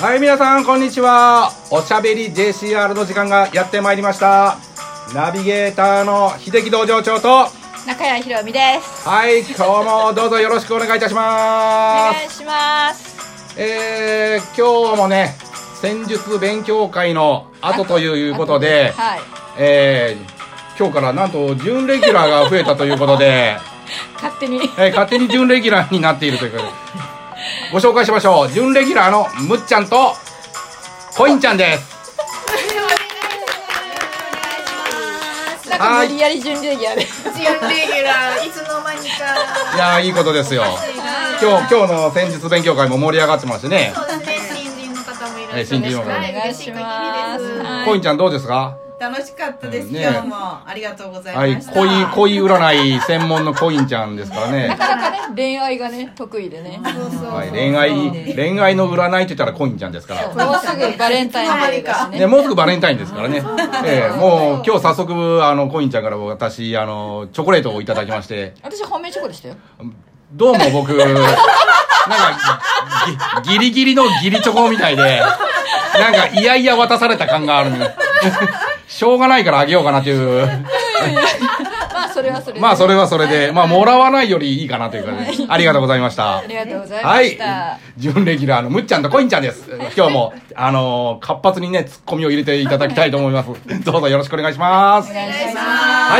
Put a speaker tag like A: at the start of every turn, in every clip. A: はい、皆さん、こんにちは。おしゃべり JCR の時間がやってまいりました。ナビゲーターの秀樹道場長と、
B: 中谷ひろみです
A: はい、今日もどうぞよろしくお願いいたし
B: お
A: ま
B: 願いします
A: す。えー、今日もね、戦術勉強会の後ということで、
B: はい
A: えー、今日からなんと準レギュラーが増えたということで、
B: 勝手に
A: えー勝手に準レギュラーになっているということで、ご紹介しましょう。準レギュラーのむっちゃんと、コインちゃんです。
B: なんか無理やり準レギュラーで
C: 準レギュラーいつの間にか
A: いやーいいことですよ。今日今日の戦術勉強会も盛り上がってましてね。
C: そうですね新人の方もいら
A: は
C: っ
A: い
C: しゃ
A: 新
C: る
A: 人の
C: し
A: 方
C: はい嬉しい限りです
B: はい
A: コインちゃんどうですか。
D: 楽しかったです、
A: うんね
D: 今日もありがとうござ
A: はいい
D: ました、
A: 恋恋占い専門のコインちゃんですから
B: な
A: ね。
B: かなかね恋愛がね得意でね
D: そうそうそう
A: はい恋愛恋愛の占いって言ったらコインちゃんですから。
B: もうすぐバレンタインデーだし
A: ね、
B: ね
A: もうすぐバレンタインですからね。ええもう今日早速あのコインちゃんから私あのチョコレートをいただきまして、
B: 私本命チョコでしたよ
A: どうも僕なんかぎギリギリのギリチョコみたいで、なんかいやいや渡された感があるんで、 しょうがないからあげようかなという。
B: まあそれはそれで
A: まあそれはそれで、まあもらわないよりいいかなというかね、ありがとうございました
B: あ。りがとうございま
A: は
B: し
A: い
B: た、。
A: 準レギュラーのむっちゃんとコインちゃんです。今日も、あのー活発にね、ツッコミを入れていただきたいと思い ます。どうぞよろしくお願いします。
B: お願いします
A: は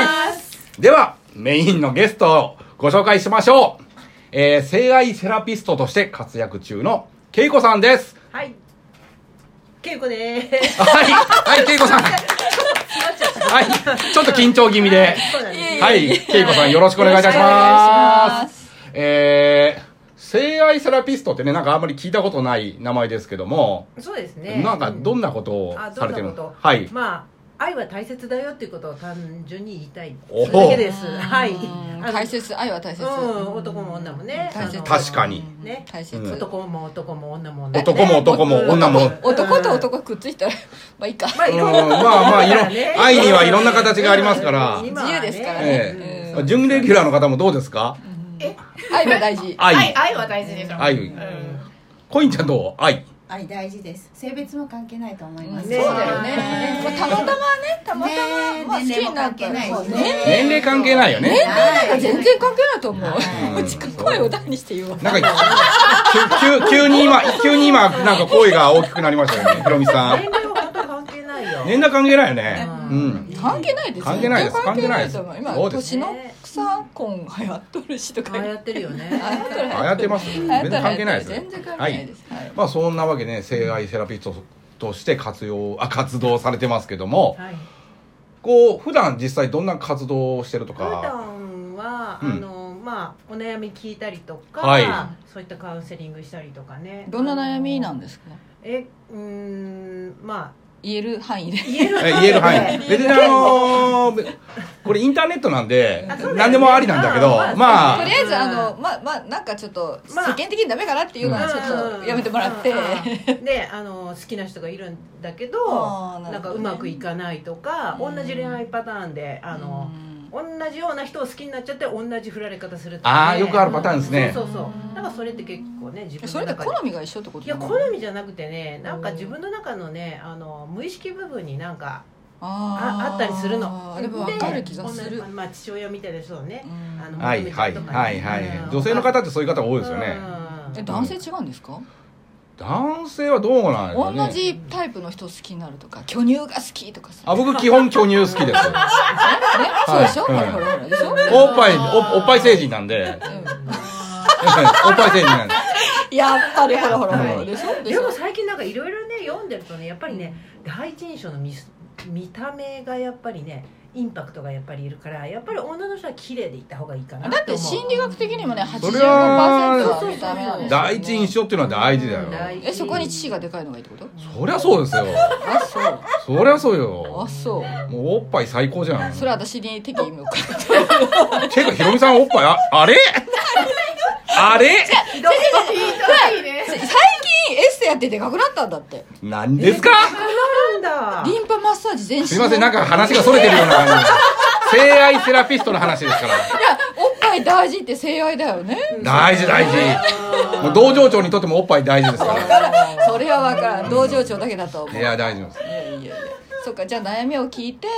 A: い。では、メインのゲストをご紹介しましょう。えー、性愛セラピストとして活躍中の、けいこさんです。
D: はいけいこです
A: はい。はい、けいこさ ん。はい。ちょっと緊張気味で。
D: そ うなんです
A: はい、けいこさんよろしくお願いいたし
B: よろしくお願いし
A: ま。
B: ます
A: えー、性愛セラピストってね、なんかあんまり聞いたことない名前ですけども、
E: そうですね。
A: なんかどんなこと
E: う
A: を
E: んあ
A: さ
E: どん
A: れて
E: な
A: る
E: こ
A: の
E: と、
A: はい。
E: まあ愛は大切だよっていうことを単純に言いたい。そ
A: おほ
E: れだけです。はい。
B: うん
E: あの
B: 大。切愛は大切、
E: うん、男も女もね。
B: 大切
E: あの
A: 確かに。
E: ね。
B: 大切、
A: うん
E: 男も男も女も
A: 男も男も女も
B: 男と。男くっついたらまあいいか
E: まあ
A: う
E: い
A: ん、
E: ろ
A: ま
E: ん
A: あ
E: な
A: まあ、いろ
E: ね、
A: 愛にはいろんな形がありますから、
B: 自由ですからね、
A: え
B: う
A: え、
B: ん
A: 準レギュラーの方もどうですか
B: 愛は大事
C: 愛
A: 愛。
C: 愛は大事でしょ
A: 愛。コインちゃんどう愛。
F: 愛大事です性別も関係ないと思います、
B: そう
E: ね
B: だよね、まあ、たまたまねたまたま、
F: ね
B: まあ、好き
F: 年齢
B: に
F: も
B: な
F: 関
B: っ
F: 係
B: た
F: ないし
B: そう
F: ね
B: 年齢
A: 年齢関係ないよね。
B: なんか全然関係ないと思
A: は
B: う
A: いう
B: ち声を大にして言おう
A: なんか、急、急急に今、急に今、なんか声が大きくなりましたよね、ひろみさん
E: 年。齢は本当関係ないよ。
A: 年代関係ないよね。うん。
B: 関係ないですよ
A: 関係ないです
B: 全然関係ないと思う
A: 関係ないです
B: 今
A: そうです
B: 年の草婚流行っとるしと
E: あ
B: か
E: あ
B: 流
E: や
B: 行っ
E: ってるよ
B: と
E: ね。
B: る流行っとる
A: あやってます。
B: 流
A: 全
B: 行っとる
A: 然関係ないです。
B: 全然関係ないです、はい
A: まあ、そんなわけでね、性愛セラピストとして活用、あ、活動されてますけども、
E: はい。
A: こう、普段実際どんな活動をしてると
E: 普
A: か、
E: 段は、
A: うん
E: あのまあお悩み聞いたりとか、
A: はい
E: そういったカウンセリングしたりとかね
B: どんな悩みなんですか
E: えうーんま
B: 言える範囲で
E: あ言える
A: え言える範囲。
E: 囲
A: 別にあのー、これインターネットなんで
E: あそうだよ、ね
A: 何でもありなんだけど
E: まあ、
A: ま
B: と
A: あ
B: り、あえずあのまあまあなんかちょっと世
E: まあ
B: 間的にダメかなっていうのはちょっとやめてもらって、
E: であの好きな人がいるんだけど
B: あーな
E: な
B: る
E: ん
B: ほ
E: か
B: どね
E: うまくいかないとか
B: う
E: 同
B: ん
E: じ恋愛パターンであの同じような人を好きになっちゃって同じ振られ方するとか
A: あー
E: ね、
A: よくあるパターンですね
E: そうそうそうだからそれって結構ね自
B: うん
E: 分
B: そ
E: の
B: れで
E: 中で
B: 好みが一緒ってこと
E: いや
B: なの
E: 好みじゃなくてねなんか自分の中のねあの無意識部分になんか
B: あ
E: あ
B: ー
E: あったりするの
B: でも分かる気がする
E: 女まあ、父親みたいな人をね、
B: うん
E: あの
A: はいはいはいはい。女性の方ってそういう方多いですよね。
B: え男性違うんですか、
A: 男性はどうなんですかね
B: 同じタイプの人好きになるとか巨乳が好きとかさ
A: あ、僕基本巨乳好きです。
B: ね、そうでしょ、
A: はい
B: ほらほらほらでしょ
A: おっぱい、おおっぱい成人なんで。 おっぱい成人なんで。
B: やっぱりほらほらほらでしょでし
E: で
B: ょ
E: も最近なんかいろいろね読んでるとねやっぱりね、第一印象の見す見た目がやっぱりねインパクトがやっぱりいるからやっぱり女の人は綺麗でいった方がいいかな
B: だって
E: と思う
B: 心理学的にもね
A: そ
B: 85%
A: れは
B: は見た目なんですよ、ね、
A: 第一印象っていうのは大事だよ
E: うん。大事
B: えそこに父がでかいのがいいってこと
A: そりゃそうですよ。
B: あそう
A: そりゃそう
B: あ
A: よ。
B: そう
A: もうおっぱい最高じゃん。
B: それ私に敵意味をかけて
A: てか、ひろみさんおっぱい、ああれあれ
C: 愛いね
B: 最近エステやってでかくなったんだって
A: 何ですか
E: なんだ
B: リンパマッサージ全身
A: すいません、なんか話が逸れてるような感じ。性愛セラピストの話ですから。
B: いやおっぱい大事って性愛だよね
A: 大事大事。もう道場長にとってもおっぱい大事ですから。
B: そそれは分からん同情長だけだと思う
A: い
B: いや
A: や大丈夫です
B: いやいやいやそっかじゃあ悩みを聞いて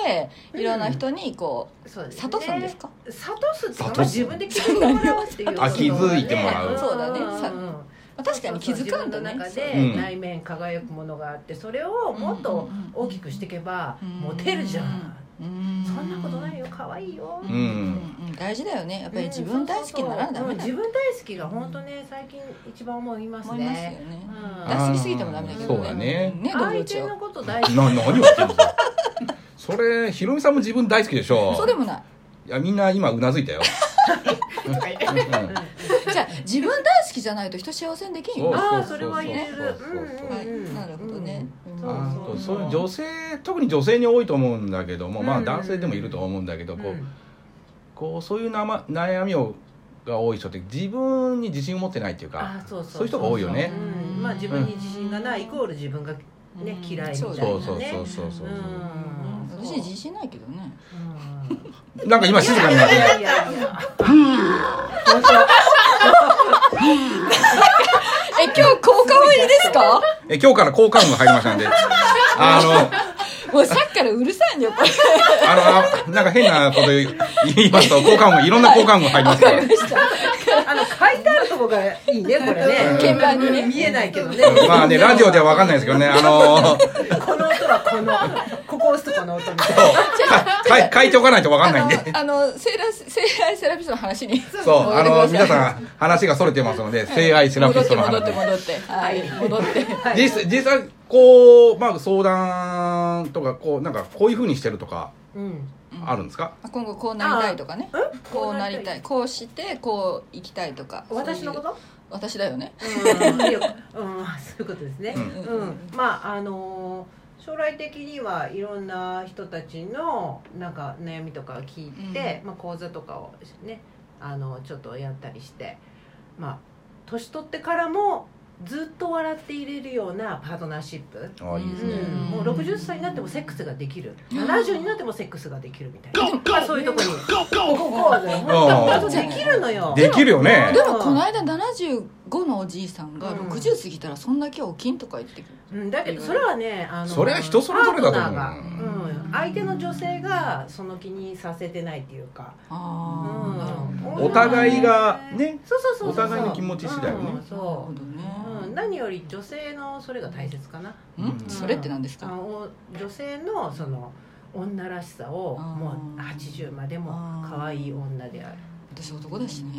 B: いろんな人にこう
E: そうですね
B: 諭すんですか
E: 諭すっていうのは自分で気づいてもらうっていう
A: あ気づいてもらう
B: そうだねさ
E: んんん
B: まあ確かに気づかんとね
E: そうそう自分の中で内面輝くものがあってそれをもっと大きくしていけば
B: うん
E: モテるじゃん
B: そ
E: そ
B: ん
E: んなことないよ可愛いよ
A: うん
B: うんうん大事だよねやっぱり自分大好きにならダメだ
E: うん
B: よ
E: 自分大好きが本当ね最近一番思います
B: 思いますよ
E: ね
B: ね
E: うん
B: 出しすぎてもダメだけど
A: そうだね
B: うんね同情
E: 相手
B: 長
E: のこと大 好き
A: な何を言ってるんですかそれひろみさんも自分大好きでしょ
B: そうでもない
A: いやみんな今うなずいたよ、
C: とか言って
A: うんうん
B: じゃあ自分大好きじゃないと人幸せにできんよ
E: ああそれは言える
A: そうそうそうそう
B: はいなるほどね
E: うん
B: そう
A: あ
E: そう
A: とそういう女性特に女性に多いと思うんだけども、まあ男性でもいると思うんだけど、こうこうそういうなま悩みをが多い人って自分に自信を持ってないっていうか
E: あそうそう
A: そういう人が多いよね
E: うんまあ自分に自信がないイコール自分がね
B: うん
E: 嫌いみたいなね
A: そうそうそうそうそうう、
E: ん
B: 私自信ないけどね
E: うん
A: なんか今静かに
E: い
A: なって
E: やいやいや
B: え今日効果音入りですか
A: え今日から効果音が入りましたん であの
B: もうさっきからうるさいねやっぱり
A: あのあなんか変なこと言い言いますと効果音がいろんな効果音が入ります から、
E: あの書いてあるとこがいいねこれね
B: 鍵盤にね
E: 見えないけどね
A: まあねラジオでは分かんないですけどねあ の
E: この音はこのここ押すとこの音みたいな
A: かか書いておかないと分かんないんで
B: あのあのセーラー性愛セラピストの話に
A: そう
B: 戻
A: あ
B: ってくだ
A: の
B: さい
A: 皆さん話がそれてますので性愛セラピストの
B: 戻って
A: 話
B: 戻って戻ってはい戻って
A: 実際実際こう、まあ、相談とかこうなんかこういうふうにしてるとか
E: うん
A: あるんですか、
B: 今後こうなりたいとかねこうなりたいこうしてこう行きたいとか
E: 私のこと
B: そういう私だよね
E: うんいいようんそういうことですね
A: う
E: うんまああのー将来的にはいろんな人たちのなんか悩みとかを聞いて、まあ、講座とかをねあのちょっとやったりしてまあ年取ってからもずっと笑っていれるようなパートナーシップ、
A: ああいいです
E: うん
A: ね、
E: もう60歳になってもセックスができる70になってもセックスができるみたいな、まあ、そういうとこにこここうで本当できるのよ
A: できるよね
B: でもこの間75のおじいさんが
E: うん
B: 60過ぎたらそんだけお金とか言ってくる
E: うん、だけどそれはねあの
A: それは人それぞれだと思う
E: パートナーがうん、相手の女性がその気にさせてないっていうか、うん
B: ああなるほど
A: お互いがね
E: そうそうそうそう
A: お互いの気持ち次第よね
E: うん
B: なる
E: そ
B: ほどね
E: う、うん、何より女性のそれが大切かな、
A: うん
B: んそれって何です
E: あ
B: か
E: の女性のその女らしさを
B: あー
E: もう80までも
B: あー
E: 可愛い女である
B: 私男だしね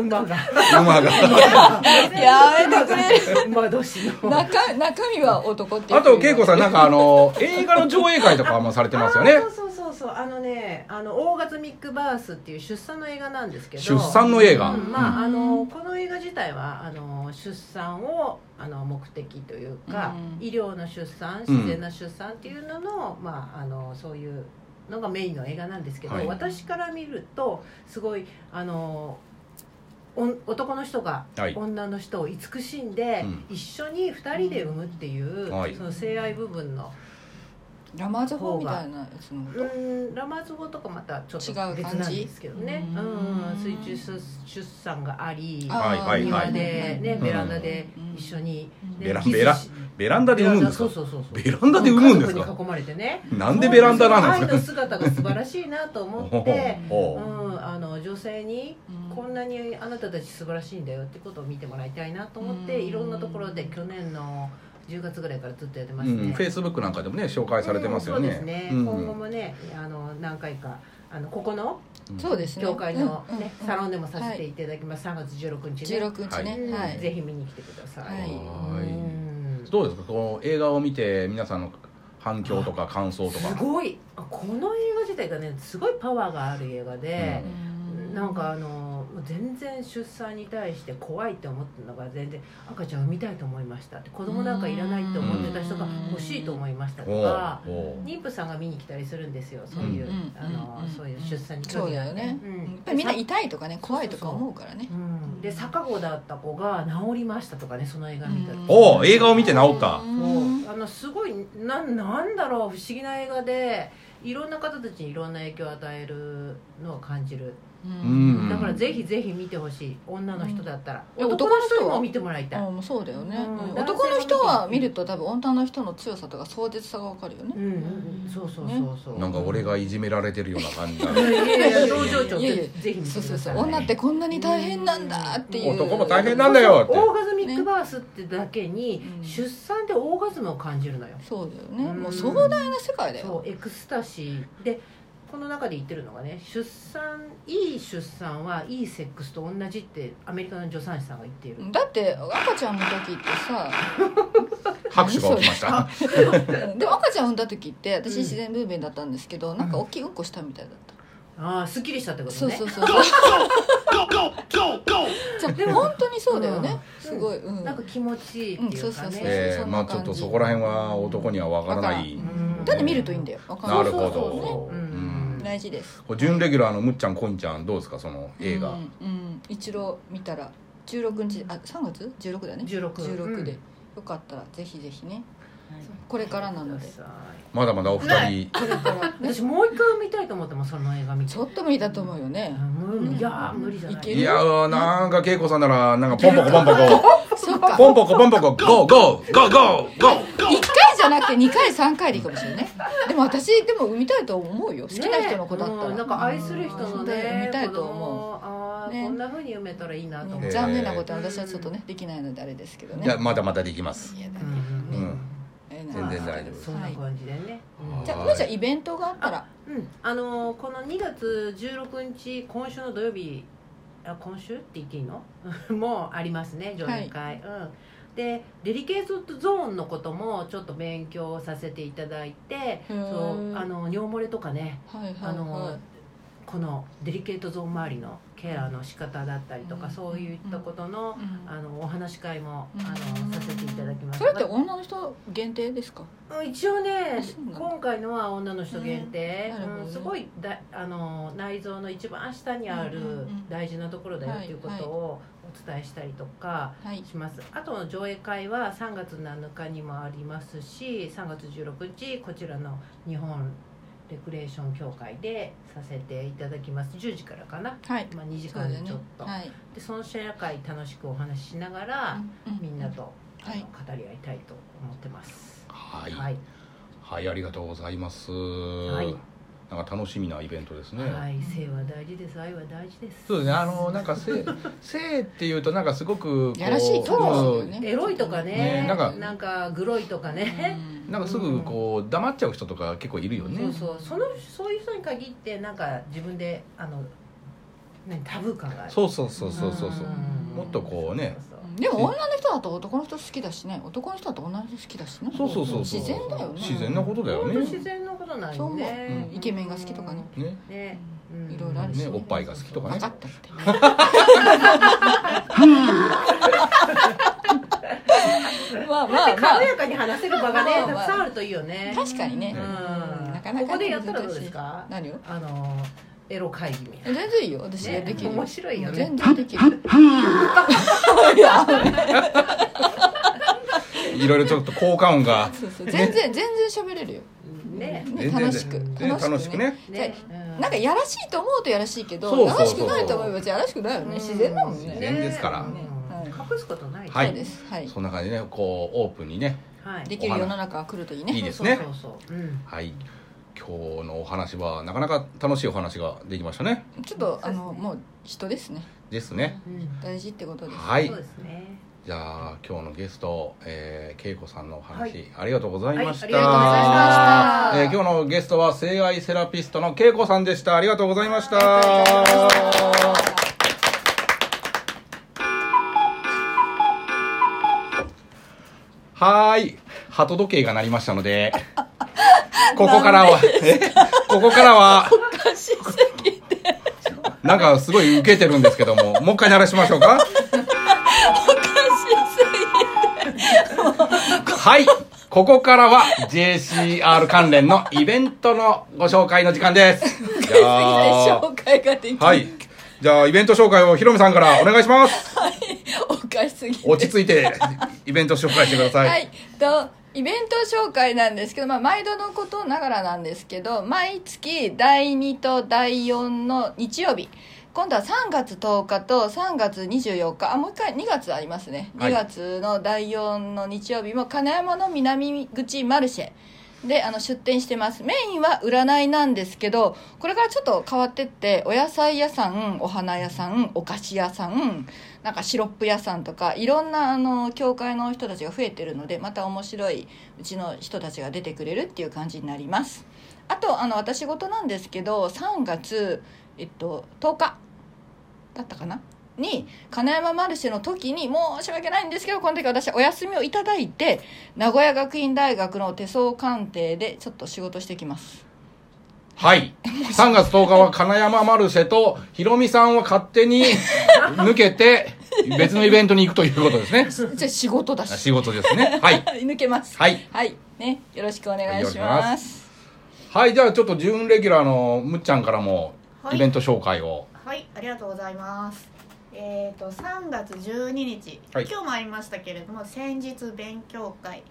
E: 馬 が
A: 馬が
B: やめてくれる
E: 馬年の
B: 中中身は男っていう
A: あと恵子さんなん
B: か
A: かあの映画の上映会とかもされてますよね
E: あーそうそうそうそうあのねあのオーガズミックバースっていう出産の映画なんですけど
A: 出産の映画、
E: うんまあ、あのこの映画自体はあの出産をあの目的というか、
B: うん
E: 医療の出産
A: うん
E: 自然な出産っていうのの,、まあ、あのそういうのがメインの映画なんですけど、
A: はい
E: 私から見るとすごいあのおん男の人が
A: はい
E: 女の人を慈しんで、
A: うん
E: 一緒に2人で産むっていう、
A: はい
E: その性愛部分の
B: ラマーズ法みたいなやつの
E: うーんラマズ語とかまたちょっと
B: 違う感じ
E: 別なんですけどね
B: う
E: うんん水中出出産があり
B: あ
A: はいはいは
E: 庭
A: い
E: で、ね
A: ん
E: ベランダで
B: うん
E: 一緒に、ね
A: ベラ
E: キスし
A: ベラベランダで産むんです
E: そう
A: か
E: そうそうそう
A: ベランダで産むんですか
E: 家族に囲まれてね
A: なんでベランダなんですか
E: その愛の姿が素晴らしいなと思 って、う、
A: ほうほうん
E: あの女性に
B: うん
E: こんなにあなたたち素晴らしいんだよってことを見てもらいたいなと思って、
B: うん
E: いろんなところで去年の10月ぐらいからずっとやってますね、
A: うん、フェイスブックなんかでもね紹介されてますよ
E: うん
A: ね
E: そうですね。
A: うん
E: 今後もね、あの何回かあのここの
B: そうですね
E: 業界の
B: うんうん
E: ねサロンでもさせていただきます。3月16日ね。
B: 16日ね
E: は。
B: はいい
E: ぜひ見に来てください。
B: はい
A: はい
E: うん
A: どうですかこの映画を見て皆さんの反響とか感想と
E: す
A: か
E: ごい。この映画自体がね、すごいパワーがある映画で、なんかあのもう全然出産に対して怖いって思ってたのが全然赤ちゃん産みたいと思いましたって子供なんかいらないって思ってた人が欲しいと思いましたとか。
A: おうおう
E: 妊婦さんが見に来たりするんですよそうい
B: う
E: う、
B: んうん
E: あの、
B: うんうん
E: そういう出産に興
B: そう
E: 味
B: だ
E: があ
B: よ
E: って
B: ね
E: う
B: や
E: ん
B: っぱりみんな痛いとかね怖いとか思うからね
E: うん、で逆子だった子が治りましたとかねその映画見たら、
B: うん
A: おう映画を見て治った
B: うん
E: そうあのすごいななんだろう不思議な映画でいろんな方たちにいろんな影響を与えるのを感じる
A: うん
E: だからぜひぜひ見てほしい女の人だったら、
B: うん
E: 男の人
B: 男の
E: に
B: 人は
E: も見てもらいた
B: あ
E: い、
B: もうそうだよね、
E: うん
B: うん男の人は見ると多分女の人の強さとか壮絶さがわかるよ
E: う
B: ね、
E: んうん、そうそうそうそう、
A: なんか俺がいじめられてるような感じだ
E: いやいやいや道場長
B: いやいや
E: ぜひ見て
B: そうそ
E: く
B: うそ
E: ださ
B: う
E: い
B: 女ってこんなに大変なんだっていう
A: 男も大変なんだよって
E: オーガズミックバースってだけに、
B: うん
E: 出産でオーガズムを感じるのよ
B: そうだよね、
E: うん
B: もう壮大な世界だよ
E: そうエクスタシーでこの中で言ってるのがね出産いい出産はいいセックスと同じってアメリカの助産師さんが言っている、
B: だって赤ちゃん産む時って さ
A: 拍手が起きました
B: でも赤ちゃん産んだ時って私
E: うん
B: 自然分娩だったんですけど、なんか大きいうんこしたみたいだった、
E: ああすっきりしたってことね
B: そうそうそうそう じゃあ本当にそうだよね、
E: ん
B: すごい、うん、
E: なんか気持ちいいっていう
B: うん
E: か
B: そうそうそう
E: ね、
A: えーまあちょっとそこら辺は男にはわからない
B: わ
E: うん
B: だって見るといいんだよわかんない
A: なるほど
B: そうそうそう
E: う
A: うん
E: ん
B: 大事です
A: これ準レギュラーのむっちゃんこんちゃんどうですかその映画、
B: うん、うん、一郎見たら16日あ3月16だよね
E: 16
B: 16で、
E: うん
B: よかったらぜひぜひね
E: はい
B: これからなので
A: まだまだお二人
B: これからね
E: 私もう一回見たいと思ってもその映画見て
B: ちょっと無理だと思うよね
E: あ 無理いやー無理じゃないい
B: け
A: いやーなんか恵子さんならなんかポンポコポンポコ
B: そっか
A: ポンポコポンポコゴーゴーゴーゴーゴー
B: 1回じゃなくて2回3回でいいかもしれないねでも私でも産みたいと思うよ好きな人の子だったら、
E: ねうんなんか愛する人
B: う
E: の
B: んそうだよ
E: ね
B: 見たいと思う
E: 子供ああ、
B: ね
E: こんな風に読めたらいいなと思
B: うん
E: って、
B: 残念なことは私はちょっとねできないのであれですけどね
A: いやまだまだできます
B: いやだ
E: う
B: ね
E: ん
A: うん
B: えー
A: 全然大丈夫
E: そんな感じでね、
A: はい
B: じゃあもしイベントがあったら
E: うん、あのーこの2月16日今週の土曜日あ今週って言っていいの もうありますね上演会、うんでデリケートゾーンのこともちょっと勉強させていただいて
B: そ
E: そうあの尿漏れとかね
B: はいは
E: あ
B: い
E: のー、
B: は
E: このデリケートゾーン周りのケアの仕方だったりとか、
B: うん
E: そういったことの,、
B: い、うん
E: あのお話し会も、あ
B: うん
E: のさせていただきます
B: それって女の人限定ですか
E: うん一応ね
B: あそうなんだ
E: 今回のは女の人限定、
B: うんなるほどね
E: うんすごいだあの内臓の一番下にあ
B: うんうんう
E: る
B: ん
E: 大事なところだよっていうことをお伝えしたりとか
B: はい
E: します、あとの上映会は3月7日にもありますし3月16日こちらの日本レクレーション協会でさせていただきます10時からかな、
B: はい
E: まあ、2時
B: そうだ
E: 間
B: よね
E: ちょっと
B: はい、
E: でそのシェア会楽しくお話ししながら、みんなとあの
B: はい
E: 語り合いたいと思ってます、
A: はい
E: はい
A: はいありがとうございます、
E: い
A: なんか楽しみなイベントですね、
E: はい、性は大事です、愛は大事です。
A: そうですねあのなんか 性性っていうとなんかすごくこう
B: やらしい感じですよね
E: エロいとかね、
A: ね
E: な
A: なんん
E: か
A: か
E: グロいとか
B: う
E: ね。
A: うん
B: ん
A: なんかすぐこう黙っちゃう人とか結構いるよね、
E: そうそう、そのそういう人に限ってなんか自分であの何タブー感がある。
A: そうそうそうそうそうそう
E: うん
A: もっとこうね
E: そう
B: うんでも女の人だと男の人好きだしね男の人だと女の人好きだしね
A: そうそうそうそう
B: 自然だよね
A: 自然なことだよ
E: そう
A: ね
E: 本当自然のことなん
B: そう
E: よ
B: 思う
E: ね
A: う。ん
B: イケメンが好きとかね
A: ね
E: うん。ね、うん
B: いろいろあるし
A: ねおっぱいが好きとか
B: 分
A: ね
B: かったってまあまあまあ
E: 軽やかに話せる場がね、
B: まあ
E: た
B: まあ
E: くさんあるといいよね。
B: 確かにね
A: ね
E: うん
B: なかなかね
E: ここでやったらどうですか？
B: 何を
E: あのエロ会議みたい
B: 全
E: な。
B: 然いいよ私
E: ね
B: できる
E: 面白いよね
B: 全然でき るいや
A: いろいろちょっと効果音が
B: そうそう全然全然喋れるよね
E: ね。
A: 全然
B: 楽しく
A: ね楽しくね
E: ね
B: うんなんかやらしいと思うとやらしいけど
A: そうそうそう
B: やらしくないと思えばやらしくないよね自然だもんね
A: 自然ですから
E: うん
B: はい
E: 隠すことない。
A: はい
B: そうですはい
A: そんな感じでねこうオープンにね
E: はい。
B: できる世の中が来るといいね
A: いいですね
E: そうそうそう。うん。
A: はい今日のお話はなかなか楽しいお話ができましたね
B: ちょっとあ
E: そ
B: の
E: うですね
B: もう人ですね
A: ですね
E: うん。
B: 大事ってことです
A: はい
E: そうですね。
A: じゃあ今日のゲスト、えー、恵子さんのお話、
E: はい
A: ありがとうございました、
E: はいありがとうござい
B: した
E: ま
A: えー今日のゲストは性愛セラピストの恵子さんでしたありがとうございましたはーい鳩時計が鳴りましたの でここからはここからはなんかすごい受けてるんですけどももう一回鳴らしましょうかはい。ここからは JCR 関連のイベントのご紹介の時間です。じゃあ
B: 紹介ができ
A: はい。じゃあ、イベント紹介をひろみさんからお願いします。
B: おかしすぎ
A: 落ち着いて、イベント紹介してください。
B: はい、とイベント紹介なんですけど、まあ、毎度のことながらなんですけど毎月第2と第4の日曜日今度は3月10日と3月24日あもう一回2月ありますね
A: は
B: 2
A: い
B: 月の第4の日曜日も金山の南口マルシェであの出店してますメインは占いなんですけどこれからちょっと変わってってお野菜屋さんお花屋さんお菓子屋さんなんかシロップ屋さんとかいろんなあの教会の人たちが増えてるのでまた面白いうちの人たちが出てくれるっていう感じになりますあとあの私事なんですけど3月、えっと、10日だったかなに金山マルシェの時に申し訳ないんですけどこの時私はお休みをいただいて名古屋学院大学の手相鑑定でちょっと仕事してきます
A: はい。3月10日は金山マルシェと、ひろみさんは勝手に抜けて、別のイベントに行くということですね。
B: じゃあ仕事だし
A: 仕事ですね。はい。
B: 抜けます
A: はい
B: はいねよろしくお願いし
A: よろしくお願いし
B: ま
A: ますはい、じゃあちょっと準レギュラーのむっちゃんからも、
C: はい
A: イベント紹介を。
C: はい、ありがとうございます。えっ、と3月12日、
A: はい
C: 今日もありましたけれども、先日勉強会、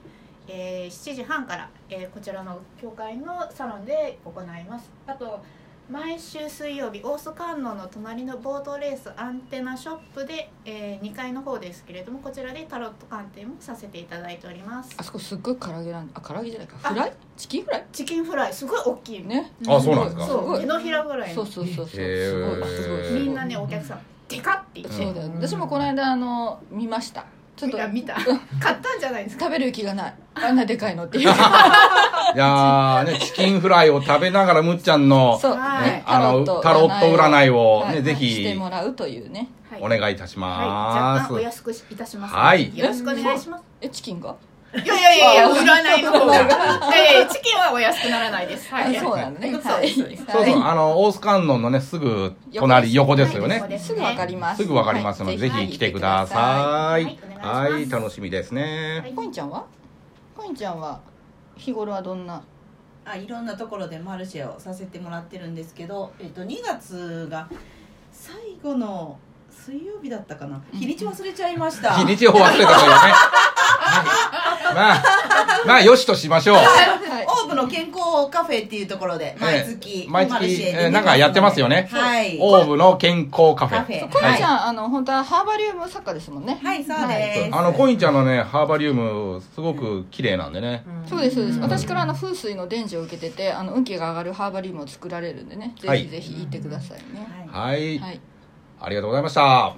C: えー7時半から、えーこちらの教会のサロンで行います。あと毎週水曜日大須観音の隣のボートレースアンテナショップで、え2階の方ですけれどもこちらでタロット鑑定もさせていただいております
B: あそこすっごい唐揚げなんあ唐揚げじゃないかフライチキンフライ
C: チキンフライすごい大きいね
B: ね
A: あ、そうなんです
C: そ
A: か。
C: う手のひらぐらい
B: そ
C: の
B: うそうそうそう
A: へー
B: すごいすごいすごい
C: みんなねお客さん「でか!」って言って
B: そうだよ私もこの間あの見ましたちょっ
C: 見
B: と
C: た見た買ったんじゃないですか
B: 食べる気がないあんなでかいのっていう
A: いやーね、チキンフライを食べながらむっちゃんの、
B: そう、
C: はい
B: ね
A: あの、タロット占いをね、ぜ
B: し
A: ひ
B: て、もらうというね
C: は
A: お願いいたし
C: はい、
A: ま
C: 若
A: す。
C: 干お安くいたします、
A: はい
C: よろしくお願いします。
B: えチキンが
C: いやいやいやいや、占い の方が。いやいやチキンはお安くならないです。は
B: あ
C: い。
B: そうなのね
C: そう
B: はい
C: そうです
A: そう
B: は
A: そ、
B: いう
A: あの、大須観音のね、すぐ隣、横ですよね
C: は。い
B: すぐわかります
A: すぐわかりますので、ぜひ来てください。
C: はいお願
A: はい
C: し
A: い、
C: ます
A: 楽しみですね。
B: コインちゃんはコインちゃんは日頃はどんな
D: あいろんなところでマルシェをさせてもらってるんですけど、えっと、2月が最後の水曜日だったかな日にち忘れちゃいました
A: 日にちを忘れたからね。まあ、まあ、よしとしましょう。
B: はい
D: オーブの健康カフェっていうところで毎
A: え
D: 月
A: え毎月
D: マルシェでね
A: ええなんかやってますよね
D: はい
A: オーブの健康カフ
D: カフェ
A: ェ。
B: コインちゃ
D: は
B: ん、あの本当はハーバリウム作家ですもんね、
D: はいそうです
A: あの、コインちゃんのね、ハーバリウム、すごく綺麗なんでね。
B: そうですそうです、私からあの風水の伝授を受けててあの運気が上がるハーバリウムを作られるんでねぜ
A: は
B: ひ
A: い
B: ぜひ行ってくださいね、
D: は
A: は
D: い
A: い。
B: はい
A: ありがとうございました。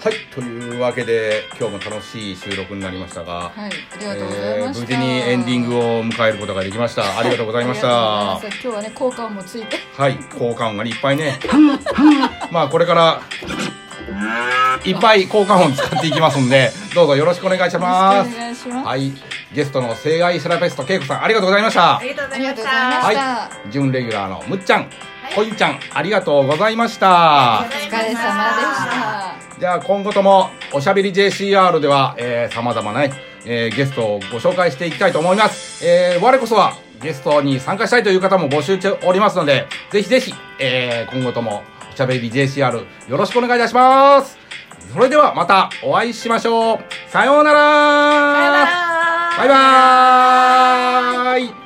A: はい、というわけで、今日も楽しい収録になりましたが、
B: はい、ありがとうござい
A: え
B: ま
A: ー
B: した、
A: 無事にエンディング
B: を
A: を迎えることができました。ありがとうございました。
B: 今日はね効果音もついて
A: はい、効果音がねいっぱいね。まあこれからいっぱい効果音使っていきますんで、どうぞよろしくお願いし
B: よ
A: ま
B: ろしくお
A: す。
B: 願いします、
A: はい、ゲストの性愛セラピストけいこさんありがとうございました
C: あ。りがと
B: あ
C: うござ
B: り
C: い
B: がとう
C: まし
B: ご
C: た。
B: ざいま
A: は
B: し
A: い
B: た、
A: 準レギュラーのむっちゃん、こいんちゃんありがとうございました。
B: お疲れ様でした
A: じゃあ今後ともおしゃべり JCR では、えー、様々な、えーゲストをご紹介していきたいと思います。えー我こそはゲストに参加したいという方も募集しておりますので、ぜひぜひ、えー今後ともおしゃべり JCR よろしくお願いいたします。それではまたお会いしましょう。さようなら
C: さよな
A: バ
C: ら
A: イバーイ